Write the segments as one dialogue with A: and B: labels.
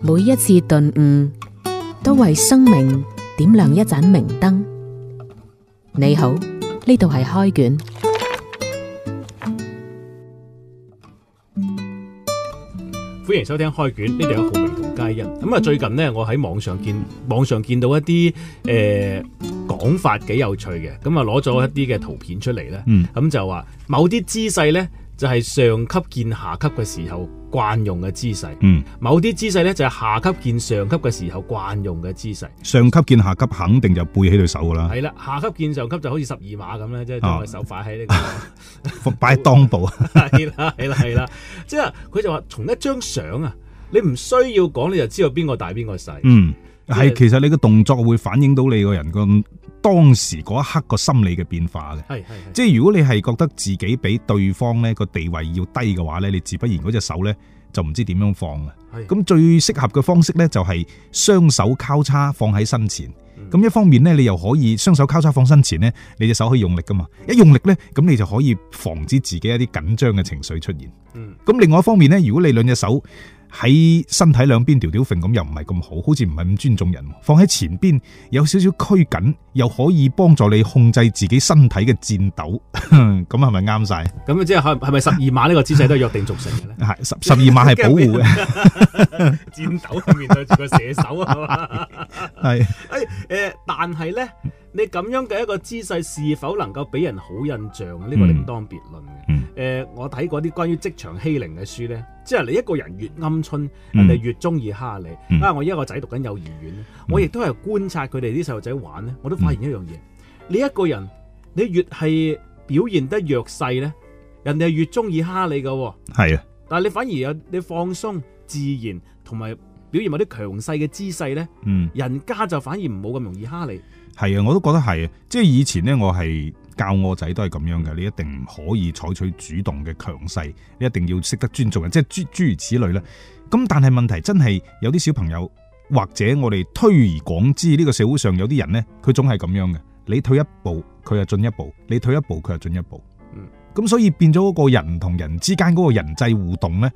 A: 每一次頓悟，都為生命點亮一盞明燈。你好，呢度係開卷。
B: 歡迎收聽開卷，呢度有浩明同佳欣。咁啊，最近呢，我喺網上見網上見到一啲誒講法幾有趣嘅，咁啊攞咗一啲嘅圖片出嚟咧，咁、
C: 嗯
B: 就話某啲姿勢呢，就係上級見下級嘅時候慣用嘅姿勢，
C: 嗯，
B: 某啲姿勢呢，就係下級見上級嘅時候慣用嘅姿勢。
C: 上級見下級肯定就背起對手噶啦，
B: 係啦，下級見上級就好似十二碼咁咧，
C: 啊
B: 即係將個手擺喺呢個。
C: 伏擺當步。
B: 係啦，係啦，係啦，即係佢就話從一張相啊，你唔需要講你就知道邊個大邊個細。
C: 嗯，
B: 即
C: 係
B: 係
C: 其實你個動作會反映到你個人個當時嗰一刻個心理嘅變化嘅。
B: 係係係，
C: 即係如果你係覺得自己比對方呢個地位要低嘅話呢，你自不然嗰隻手呢就唔知點樣放啊。
B: 係
C: 咁最適合嘅方式呢，就係雙手交叉放喺身前。
B: 嗯
C: 咁一方面呢，你又可以雙手交叉放身前呢，你隻手可以用力噶嘛。一用力呢，咁你就可以防止自己一啲緊張嘅情緒出現。
B: 嗯
C: 咁另外一方面呢，如果你兩隻手喺身體兩邊條條揈咁，又唔係咁好，好似唔係咁尊重人喎。放喺前邊有少少拘緊，又可以幫助你控制自己身體嘅戰鬥， 咁係咪啱晒？？
B: 咁即係係係咪十二碼呢個姿勢都係約定俗成嘅咧
C: 係 十十二 碼係保 護嘅，
B: 戰鬥面對住個射手啊 嘛。
C: 係
B: 誒誒，但係咧，你咁樣嘅一個姿勢是否能夠俾人好印象？啊呢、個
C: 嗯
B: 另當別論嘅。誒、
C: 嗯
B: 呃我睇過啲關於職場欺凌嘅書咧，即係你一個人越鵪鶉，人
C: 嗯
B: 哋越中意蝦你。
C: 嗯
B: 啊，我依家個仔讀緊幼兒園咧，我亦都係觀察佢哋啲細路仔玩咧，我都發現一樣
C: 嗯
B: 嘢：你一個人，你越係表現得弱勢咧，人哋係越中意蝦你嘅喎。
C: 係啊，
B: 但係你反而有你放鬆、自然同埋表現某啲強勢嘅姿勢咧。
C: 嗯，
B: 人家就反而唔冇咁容易蝦你。
C: 係啊，我都覺得係啊。即係以前呢，我係教我仔都係咁樣嘅，你一定唔可以採取主動嘅強勢，你一定要識得尊重人，即係諸諸如此類啦。咁但係問題真係有啲小朋友或者我哋推而廣之，呢、個社會上有啲人呢，佢總係咁樣嘅。你退一步，佢就進一步；你退一步，佢就進一步
B: 嗯。
C: 咁、所以變咗嗰個人同人之間嗰個人際互動呢，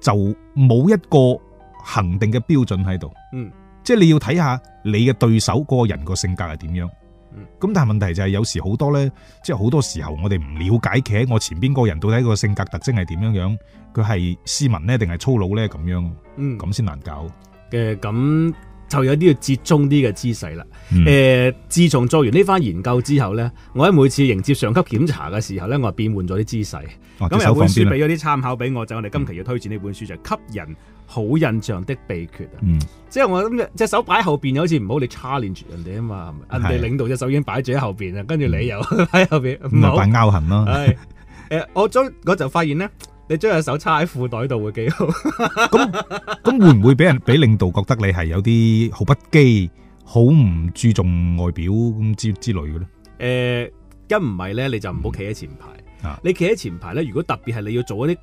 C: 就冇一個恒定嘅標準喺度。
B: 嗯，
C: 即係你要睇下你嘅對手嗰個人個性格係點樣。
B: 嗯
C: 咁但係問題就係有時好多呢，即係好多時候我哋唔了解企喺我前邊嗰個人到底個性格特徵係點樣樣，佢係斯文呢定係粗魯呢？咁樣。
B: 嗯
C: 咁先難搞。
B: 嘅咁就有啲要折中啲嘅姿勢啦。
C: 嗯
B: 誒、呃自從做完呢番研究之後呢，我喺每次迎接上級檢查嘅時候呢，我係變換咗啲姿勢。
C: 哦
B: 咁
C: 隻
B: 有本
C: 手放邊
B: 書
C: 啦
B: 俾咗啲參考俾我，就係我哋今期要推薦呢本書就係《給人好印象的秘訣》啊。
C: 嗯，
B: 即係我諗隻手擺後邊，好似唔好你 challenge 人哋啊嘛，係咪
C: 係
B: 人哋領導隻手已經擺住喺後邊啦，跟住你又喺後邊，唔
C: 嗯咁啊
B: 好
C: 扮。拗 痕啦。
B: 係誒，我將我就發現呢，你將隻手插喺褲袋度會幾好。
C: 咁會唔會俾人俾領導覺得你係有啲好不羈、好唔注重外表咁之之類嘅咧？
B: 誒，呃一唔係咧，你就唔好企喺前排。
C: 啊
B: 你企喺前排咧，如果特別係你要做一啲誒、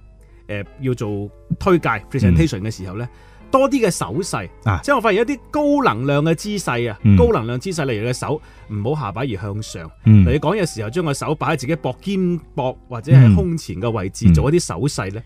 B: 呃要做推介 presentation 嘅時候咧，多啲嘅手勢。
C: 嗯啊
B: 即係我發現一啲高能量嘅姿勢啊，
C: 嗯
B: 高能量姿勢，例如你嘅手唔好下擺而向上。
C: 嗯
B: 你講嘢時候，將個手擺喺自己膊肩膊或者係胸前嘅位置，
C: 嗯
B: 做一啲手勢咧，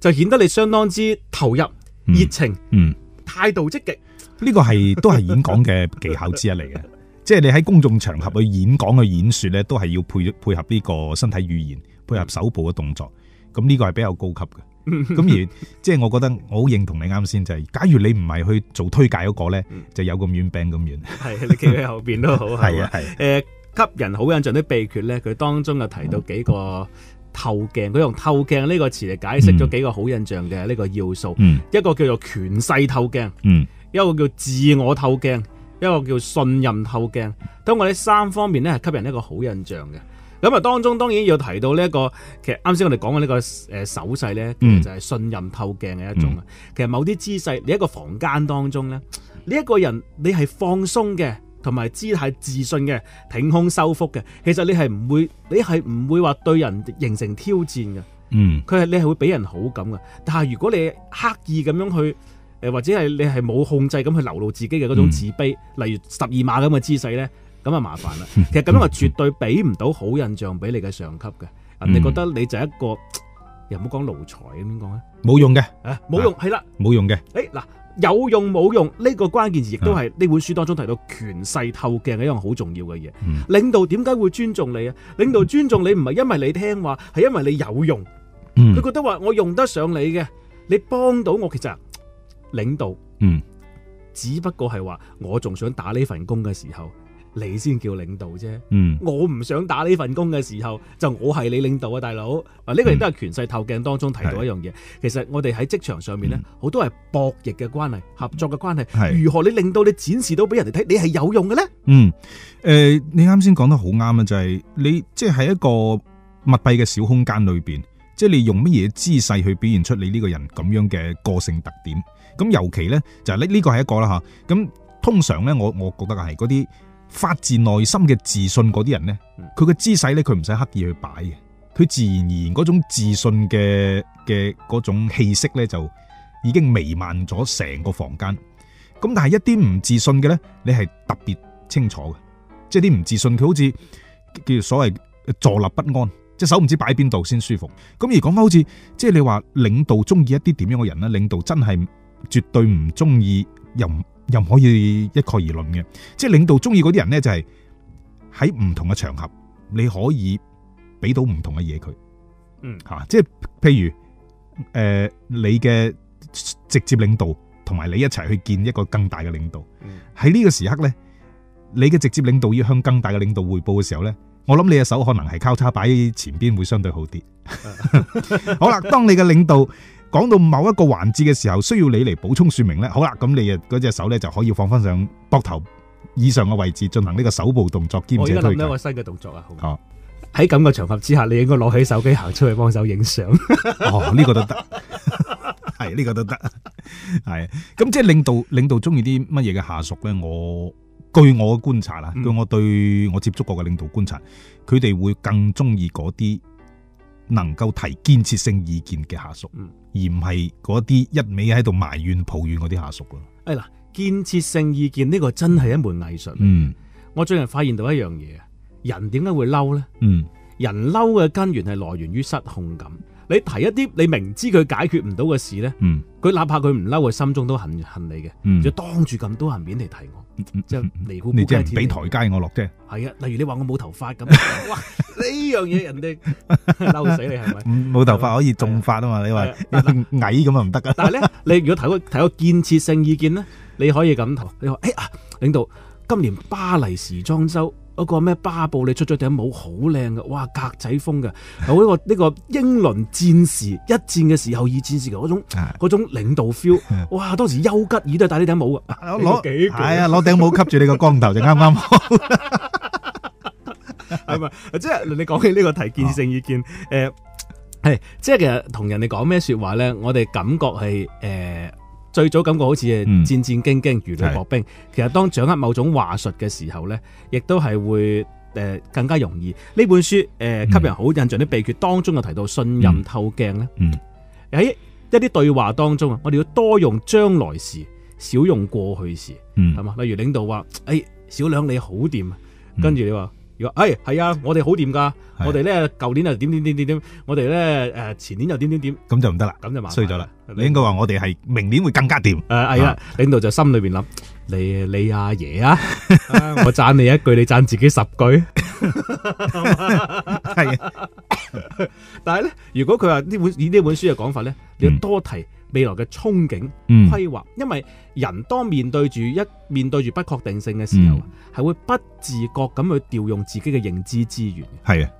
B: 就顯得你相當之投入、
C: 嗯
B: 熱情、
C: 嗯，
B: 態度積極。
C: 呢個係都係演講嘅 技巧之一嚟嘅。即係你喺公眾場合去演講、去演說咧，都係要配配合呢個身體語言，配合手部嘅動作。咁呢個係比較高級嘅。 咁而即係我覺得我好認同你啱先，就係、假如你唔係去做推介嗰個咧
B: 嗯，
C: 就有咁遠餅咁遠。
B: 係你企喺後邊都好，係
C: 係
B: 嘛
C: 啊，係啊。
B: 誒、給人呃好印象的秘訣呢，佢當中就提到幾個透鏡，佢用透鏡呢個詞嚟解釋咗幾個好印象嘅呢個要素，
C: 嗯
B: 一個叫做權勢透鏡，
C: 嗯。
B: 一個叫自我透鏡，一個叫信任透鏡。通過呢三方面呢，係給人一個好印象嘅。咁啊，當中當然要提到呢、一個，其實啱先我哋講嘅呢個誒手勢呢，其
C: 嗯
B: 實就係信任透鏡嘅一種啊。其實某啲姿勢，你一個房間當中呢，你一個人你係放鬆嘅，同埋姿態自信嘅，挺胸收腹嘅，其實你係唔會，你係唔會話對人形成挑戰嘅。
C: 嗯
B: 佢係你係會俾人好感嘅。但係如果你刻意咁樣去，誒或者係你係冇控制咁去流露自己嘅嗰種自卑，例如十二碼咁嘅姿勢咧，咁啊麻煩啦。其實咁樣係絕對俾唔到好印象俾你嘅上級嘅。人哋
C: 嗯
B: 覺得你就係一個嘖又唔好講奴才咁樣講啊，
C: 冇用嘅，
B: 啊冇用係啦，
C: 冇用嘅，
B: 誒嗱有用冇用呢個關鍵詞亦都係呢本書當中提到權勢透鏡嘅一樣好重要嘅嘢。
C: 嗯
B: 領導點解會尊重你啊？領導尊重你唔係因為你聽話，係因為你有用。
C: 嗯
B: 佢覺得話我用得上你嘅，你幫到我，其實領導
C: 嗯
B: 只不過係話我仲想打呢份工嘅時候，你先叫領導啫。
C: 嗯
B: 我唔想打呢份工嘅時候，就我係你領導啊，大佬。啊，呢個亦都係權勢透鏡當中提到一樣嘢。其實我哋喺職場上面呢，好多係博弈嘅關係、合作嘅關係。
C: 嗯係
B: 如何你令到你展示到俾人哋睇，你係有用嘅呢？
C: 嗯，诶、你啱先講得好啱啊，就係你即係喺一個密閉嘅小空間裏边，即係你用乜嘢姿勢去表現出你呢個人咁樣嘅個性特點。咁尤其咧就係呢呢個係一個啦吓，咁通常咧我我覺得係嗰啲發自內心嘅自信嗰啲人咧
B: 嗯，
C: 佢嘅姿勢咧佢唔使刻意去擺嘅，佢自然而然嗰種自信嘅嘅嗰種氣息咧就已經瀰漫咗成個房間。咁但係一啲唔自信嘅咧，你係特別清楚嘅，即係啲唔自信佢好似叫做所謂坐立不安，即係手唔知擺邊度先舒服。咁而講翻好似即係你話領導中意一啲點樣嘅人咧，領導真係絕對唔中意，又唔又唔可以一概而論嘅。即係領導中意嗰啲人咧，就係喺唔同嘅場合，你可以俾到唔同嘅嘢佢。
B: 嗯
C: 嚇、即係譬如誒、呃你嘅直接領導同埋你一齊去見一個更大嘅領導。 喺呢個時刻呢，你嘅直接領導要向更大嘅領導匯報嘅時候呢，我諗你嘅手可能係交叉擺喺前邊會相對好啲。好啦，當你嘅領導講到某一個環節嘅時候，需要你嚟補充說明呢。好啦，咁你嘅嗰隻手呢，就可以放翻上膊頭以上嘅位置進行呢個手部動作兼
B: 我而
C: 且
B: 家
C: 推
B: 諗到
C: 介
B: 一。個新嘅動作啊，好唔好
C: 哦
B: 喺咁嘅場合之下，你應該攞起手機行出去幫手影相。
C: 哦，呢、個都得， 係呢、個都得，係咁即係領導領導中意啲乜嘢嘅下屬咧？我據我觀察啊，
B: 嗯
C: 據我對我接觸過嘅領導觀察，佢哋會更中意嗰啲能夠提建設性意見嘅下屬，
B: 嗯
C: 而唔係嗰啲一味喺度埋怨抱怨嗰啲下屬咯。
B: 誒哎嗱，建設性意見呢個真係一門藝術。
C: 嗯
B: 我最近發現到一樣嘢啊，人點解會嬲呢？
C: 嗯
B: 人嬲嘅根源係來源於失控感。你提一啲你明知佢解決唔到嘅事呢，
C: 嗯
B: 佢哪怕佢唔嬲，佢心中都恨恨你嘅，
C: 嗯
B: 就，當住咁多人面嚟提我，
C: 嗯
B: 即係尼姑
C: 你
B: 姑
C: 即係
B: 家
C: 唔俾
B: 天
C: 台階我落啫，
B: 係啊，例如你話我冇頭髮咁，哇呢樣嘢人 哋嬲死你係咪？
C: 冇頭髮可以種髮啊嘛？你話
B: 係啊
C: 矮咁啊唔得噶。
B: 但係呢，你如果提個提個建設性意見呢，你可以咁投，你話：哎呀，領導，今年巴黎時裝周嗰個咩巴布，你出咗頂帽好靚嘅，哇格仔風嘅，有呢、個呢、個英倫戰時一戰嘅時候，二戰時期嗰種
C: 啊
B: 嗰種領導 feel，哇！當時丘吉爾都係戴呢頂帽嘅，啊呢個幾
C: 哎攞
B: 句
C: 係啊，攞頂帽吸住你個光頭就啱啱好。
B: 啊係咪？即係呃你講起呢個提建設性意見，誒、係即係其實同人哋講咩説話咧，我哋感覺係誒、呃最早感覺好似係
C: 嗯
B: 戰戰兢兢、如履薄冰。其實當掌握某種話術嘅時候咧，亦都係會。誒、更加容易呢本書誒、給人好印象啲秘訣當中就提到信任
C: 嗯
B: 透鏡咧，
C: 嗯
B: 喺、一啲對話當中啊，我哋要多用將來時，少用過去時。
C: 嗯
B: 係嘛？例如領導話：，誒、哎小兩你好掂啊，
C: 嗯
B: 跟住你話，如果誒係啊，我哋好掂㗎，
C: 係
B: 我哋咧舊年又點點點點點，我哋咧誒前年又點點點，
C: 咁就唔得啦，
B: 咁就麻煩啊
C: 衰咗啦。啊你應
B: 領
C: 該話我哋係明年會更加掂。
B: 誒係啦，領導就心裏邊諗：你你阿爺 啊，啊我讚你一句，你讚自己十句。
C: 係啊，
B: 但係咧，如果佢話呢本以呢本書嘅講法咧，你要
C: 嗯
B: 多提未來嘅憧憬。
C: 嗯
B: 規劃，因為人當面對住一面對住不確定性嘅時候啊，係、
C: 嗯
B: 會不自覺咁去調用自己嘅認知資源。
C: 係啊，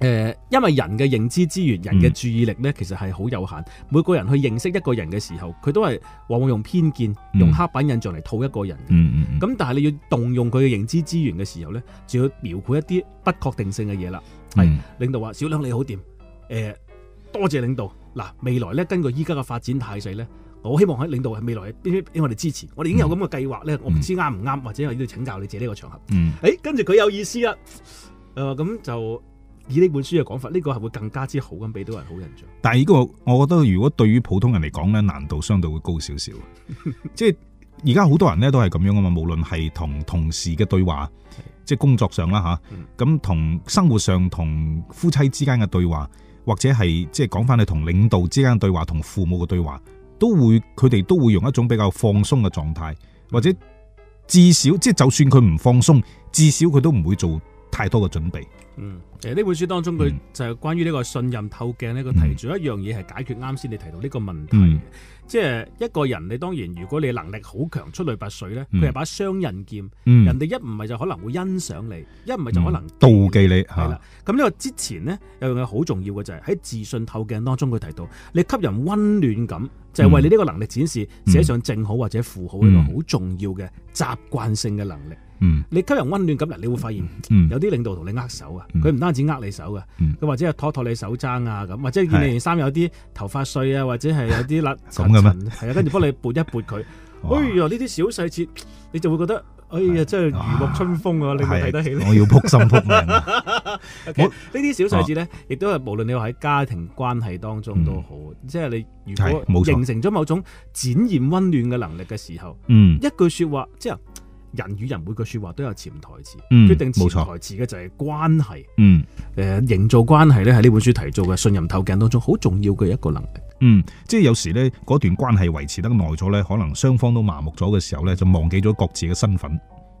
B: 誒、呃因為人嘅認知資源、人嘅
C: 嗯
B: 注意力呢，其實係好有限。每個人去認識一個人嘅時候，佢都係往往用偏見、
C: 嗯
B: 用黑板印象嚟套一個人。
C: 嗯嗯嗯
B: 咁、但係你要動用佢嘅認知資源嘅時候呢，就要描繪一啲不確定性嘅嘢啦。係
C: 嗯
B: 領導話：小亮你好掂，誒、呃多謝領導。嗱，未來咧根據依家嘅發展態勢咧，我希望喺領導係未來係俾俾我哋支持。我哋已經有咁嘅計劃咧，我唔知啱唔啱，或者我要請教你自己呢個場合。
C: 嗯
B: 誒、跟住佢有意思啦，誒、咁就以呢本書嘅講法，呢、個係會更加之好咁俾到人好印象。
C: 但係呢個，我覺得如果對於普通人嚟講咧，難度相對會高 少少。即係而家好多人咧都係咁樣噶嘛，無論係同同事嘅對話，即係工作上啦
B: 嗯
C: 吓，咁同生活上同夫妻之間嘅對話，或者係即係講翻你同領導之間嘅對話，同父母嘅對話，都會佢哋都會用一種比較放鬆嘅狀
B: 嗯
C: 態，或者至少即係就算佢唔放鬆，至少佢都唔會做太多嘅準備。
B: 嗯，其實呢本書當中佢
C: 嗯
B: 就係關於呢個信任透鏡呢佢提住一樣嘢係解決啱先你提到呢個問題，
C: 嗯
B: 即係一個人你當然如果你能力好強出類拔萃呢，
C: 嗯
B: 佢係把雙刃劍，
C: 嗯
B: 人哋一唔係就可能會欣賞你，一唔係就可能
C: 妒忌你
B: 係啦
C: 吓，，
B: 咁呢個之前呢，有樣嘢好重要嘅就係喺自信透鏡當中，佢提到你給人温暖感，就係、為你呢個能力展示
C: 嗯
B: 寫上正好或者負好呢個
C: 嗯
B: 好重要嘅習慣性嘅能力。
C: 嗯
B: 你給人温暖感，嗱，你會發現
C: 嗯
B: 有啲領導同你握手啊，
C: 嗯
B: 佢唔單止握你手啊，
C: 嗯
B: 佢或者係拖拖你手踭啊咁，或者見你件衫有啲頭髮碎啊，或者係有啲甩
C: 咁嘅咩
B: 塵塵係啊，跟住幫你撥一撥佢。
C: 哇
B: 哎呀，呢啲小細節，你就會覺得，哎呀，真係如沐春風啊！你會睇得起
C: 係
B: 你。
C: 我要撲心撲命 啊。
B: OK，
C: 我
B: 呢啲小細節
C: 啊
B: 咧，亦都係無論你話喺家庭關係當中都好，即係你如
C: 嗯係冇
B: 果形
C: 錯
B: 成咗某種展現温暖嘅能力嘅時候，
C: 嗯
B: 一句說話，即係人與人每句說話都有潛台詞，
C: 嗯
B: 決定潛
C: 冇錯
B: 台詞嘅就係關係。
C: 嗯。
B: 誒、營造關係咧，喺呢本書提到嘅信任透鏡當中好重要嘅一個能力。
C: 嗯，即係有時呢，嗰段關係維持得耐咗呢，可能雙方都麻木咗嘅時候呢，就忘記咗各自嘅身份，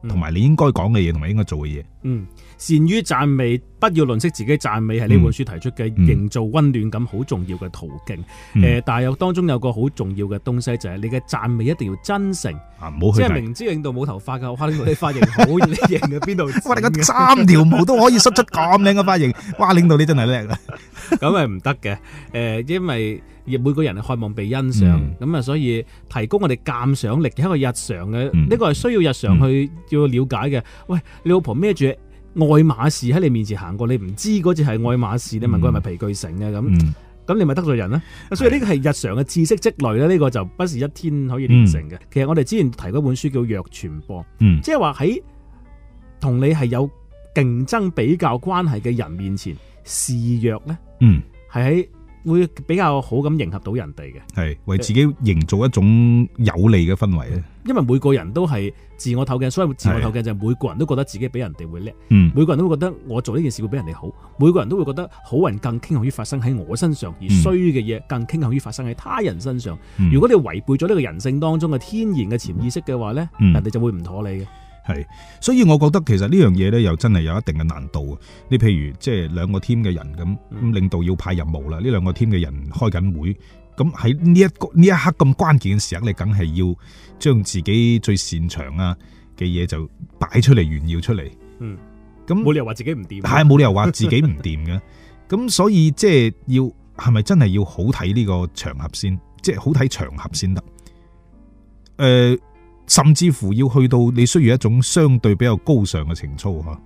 B: 嗯
C: 同埋你應該講嘅嘢，同埋應該做嘅嘢。
B: 嗯，善於讚美，不要吝惜自己讚美，係呢本書提出嘅
C: 嗯
B: 營造温暖感好重要嘅途徑。誒、呃
C: 嗯
B: 但係有當中有個好重要嘅東西就係、你嘅讚美一定要真誠。
C: 啊，唔好
B: 即
C: 去
B: 係
C: 睇。
B: 明知領導冇頭髮㗎，哇！你髮型好，你型嘅邊度剪
C: 哇！你個
B: 嘅？
C: 三條毛都可以梳出咁靚嘅髮型，哇！領導你真係 叻啊！
B: 咁係唔得嘅。誒、因為每個人係渴望被欣賞，咁啊、
C: 嗯
B: 所以提供我哋鑑賞力嘅一個日常嘅，
C: 嗯
B: 呢個係需要日常去要了解嘅。喂，你老婆孭住愛馬仕喺你面前行過，你唔知嗰隻係愛馬仕，你問佢係咪皮具城嘅咁，咁、
C: 嗯
B: 你咪得罪人啦。啊所以呢個係日常嘅知識積累咧，呢、個就不是一天可以練成嘅。其實我哋之前提過一本書叫《弱傳播》。
C: 嗯
B: 即係話喺同你係有競爭比較關係嘅人面前示弱呢
C: 嗯，
B: 係喺會比較好咁迎合到人哋嘅，
C: 係為自己營造一種有利嘅氛圍咧。
B: 因為每個人都係自我透鏡，所以自我
C: 係
B: 透鏡就係每個人都覺得自己比人哋會叻，
C: 嗯
B: 每個人都會覺得我做呢件事會比人哋好，每個人都會覺得好運更傾向於發生喺我身上，而
C: 嗯
B: 衰嘅嘢更傾向於發生喺他人身上。
C: 嗯
B: 如果你違背咗呢個人性當中嘅天然嘅潛意識嘅話呢，
C: 嗯
B: 人哋就會唔妥你嘅。
C: 係，所以我覺得其實呢樣嘢呢，又真係有一定嘅難度啊！你譬如即係兩個 team 嘅人咁，
B: 嗯
C: 咁領導要派任務啦，呢兩個 team 嘅人開緊會，咁喺呢一個呢一刻咁關鍵嘅時刻，你梗係要將自己最擅長啊嘅嘢就擺出嚟炫耀出嚟。
B: 嗯，冇
C: 咁
B: 理由話自己唔掂。
C: 係冇理由話自己唔掂嘅， 咁所以即係要係咪真係要好睇呢個場合先，即係好睇場合先得。诶、甚至乎要去到你需要一種相對比較高尚嘅情操吓，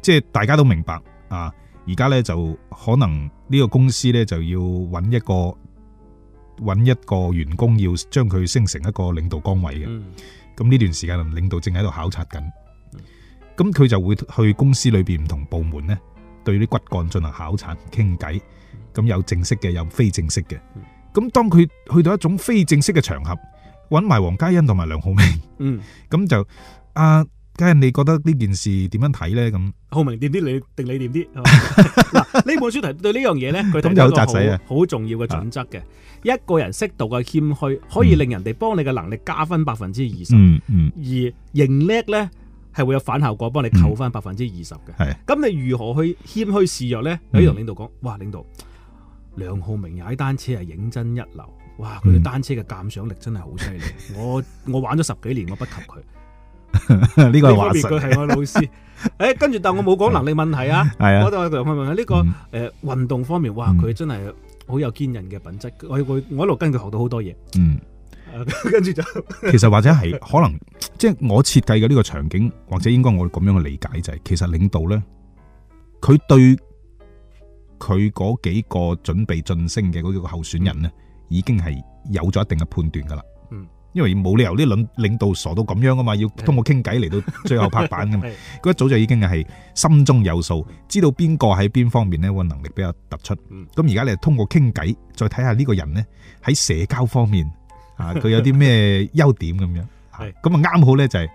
C: 即係大家都明白啊。而家呢，就可能呢個公司呢，就要揾一個揾一個員工，要將佢升成一個領導崗位嘅。
B: 嗯
C: 咁呢段時間，領導正喺度考察緊
B: 嗯，
C: 咁佢就會去公司裏邊唔同部門呢，對啲骨幹進行考察傾偈
B: 嗯，
C: 咁有正式嘅，有非正式嘅
B: 嗯。
C: 咁當佢去到一種非正式嘅場合，揾埋黃嘉欣同埋梁浩明，
B: 嗯。
C: 咁就啊，嘉欣你覺得呢件事點樣睇呢？咁
B: 浩明掂啲，你定你掂啲。係 嘛嗱，呢本書提對呢樣嘢咧，佢提到
C: 咁就
B: 一
C: 好
B: 個
C: 窄仔啊啊
B: 好好重要嘅準則嘅。一個人適度嘅謙虛，可以令人哋幫你嘅能力加分百分之二十，
C: 嗯嗯
B: 而認叻咧係會有反效果，幫你扣
C: 嗯
B: 翻百分之二十嘅。
C: 係
B: 咁你如何去謙虛示弱咧？
C: 嗯
B: 你同領導講：，哇，領導，梁浩明踩單車係認真一流，哇，佢對
C: 嗯
B: 單車嘅鑑賞力真係好犀利。我 我玩咗十幾年，我不及佢。
C: 呢個
B: 呢
C: 係
B: 方
C: 話
B: 面佢
C: 實，
B: 係我老 師。誒，跟住但我冇講能力問題啊。
C: 係
B: 我
C: 啊，
B: 就係梁漢文喺呢個
C: 嗯
B: 誒運動方面，哇！
C: 嗯
B: 佢真係好有堅韌嘅品質。我我我一路跟佢學到好多嘢，
C: 嗯。
B: 啊跟住就
C: 其實或者係可能，即係我設計嘅呢個場景，或者應該我咁樣嘅理解就係、其實領導呢，佢對佢嗰幾個準備晉升嘅嗰幾個候選人呢，已經係有咗一定嘅判斷噶啦。
B: 嗯，
C: 因為冇理由啲領領導傻到咁樣噶嘛，要通過傾偈嚟到最後拍板噶嘛。
B: 係
C: 佢一早就已經係心中有數，知道邊個喺邊方面呢個能力比較突出。
B: 嗯
C: 咁而家你係通過傾偈，再睇下呢個人呢喺社交方面啊，佢有啲咩優點咁樣。啊
B: 係
C: 咁啊啱好呢就係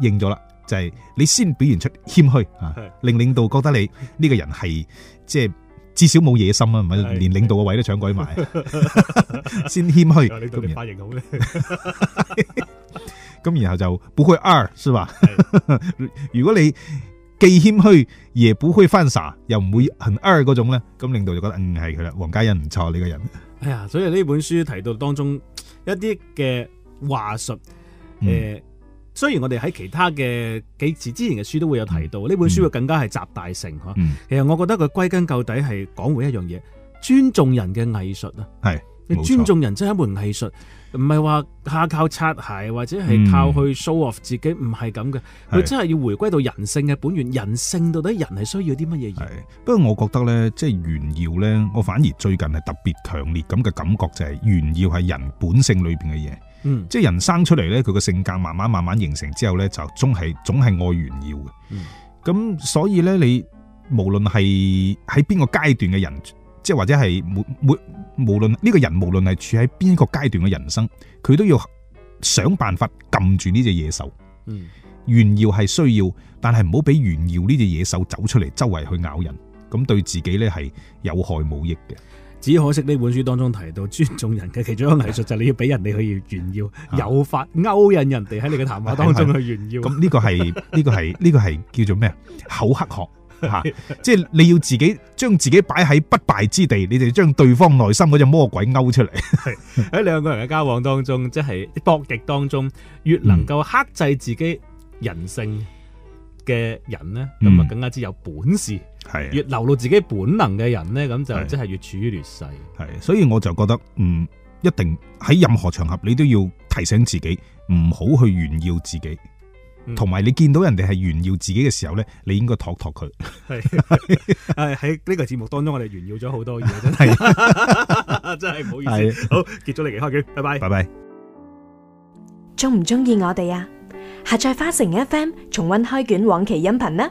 C: 應咗啦，就係你先表現出謙虛啊
B: 係，
C: 令領導覺得你呢個人係即係至少冇野心啊，唔係
B: 係
C: 連領導嘅位都搶鬼埋，先謙虛
B: 你對你
C: 咁然
B: 髮型好咧，
C: 咁然後就不會二，是吧？ 如果你既謙虛，也不會犯傻，又唔會很二嗰種咧，咁領導就覺得嗯係佢啦，黃嘉欣唔錯呢個人，
B: 哎呀，所以呢本書提到當中一啲嘅話術，
C: 嗯
B: 誒、雖然我哋喺其他嘅幾次之前嘅書都會有提到，呢、本書會更加係集大成嚇。
C: 嗯
B: 其實我覺得佢歸根究底係講回一樣嘢，尊重人嘅藝術啊。
C: 係
B: 你
C: 冇錯
B: 尊重人真係一門藝術，唔係話下靠擦鞋或者係
C: 嗯
B: 靠去 show off 自己，唔係咁嘅。佢
C: 係
B: 真係要回歸到人性嘅本源，人性到底人係需要啲乜嘢
C: 係
B: 嘢？。
C: 不過我覺得咧，即係炫耀咧，我反而最近係特別強烈咁嘅感覺，就係炫耀係人本性裏邊嘅嘢。
B: 嗯，
C: 即係人生出嚟咧，佢個性格慢慢慢慢形成之後咧，就總係總係愛炫耀嘅
B: 嗯。
C: 咁、所以咧，你無論係喺邊個階段嘅人，即係或者係每每無論呢、個人無論係處喺邊一個階段嘅人生，佢都要想辦法撳住呢隻野獸。
B: 嗯，
C: 炫耀係需要，但係唔好俾炫耀呢隻野獸走出嚟周圍去咬人，咁對自己咧係有害冇益嘅。
B: 只可惜呢本書當中提到尊重人嘅其中一個藝術就係你要俾人哋去炫耀，誘發勾引人哋喺你嘅談話 當中去炫耀。
C: 啊咁呢個係呢個係呢個係叫做咩啊？口黑 學吓，即係你要自己將自己擺喺不敗之地，你就將對方內心嗰隻魔鬼勾出嚟。
B: 喺兩個人嘅交往當中，即係博弈當中，越能夠克制自己人性嘅人呢，咁啊、
C: 嗯
B: 更加之有本事；
C: 係
B: 越流露自己本能嘅人呢，咁就
C: 係
B: 即係越處於劣勢。
C: 係，所以我就覺得，嗯，一定喺任何場合，你都要提醒自己唔好去炫耀自己
B: 嗯。
C: 同埋你見到人哋係炫耀自己嘅時候呢，你應該托托佢。
B: 係 係喺呢個節目當中，我哋炫耀咗好多嘢，真係 真係唔好意思。好，結咗你期開卷，拜拜。
C: 拜拜。
D: 中唔中意我哋啊？下載花城 FM 重温開卷往期音頻啦！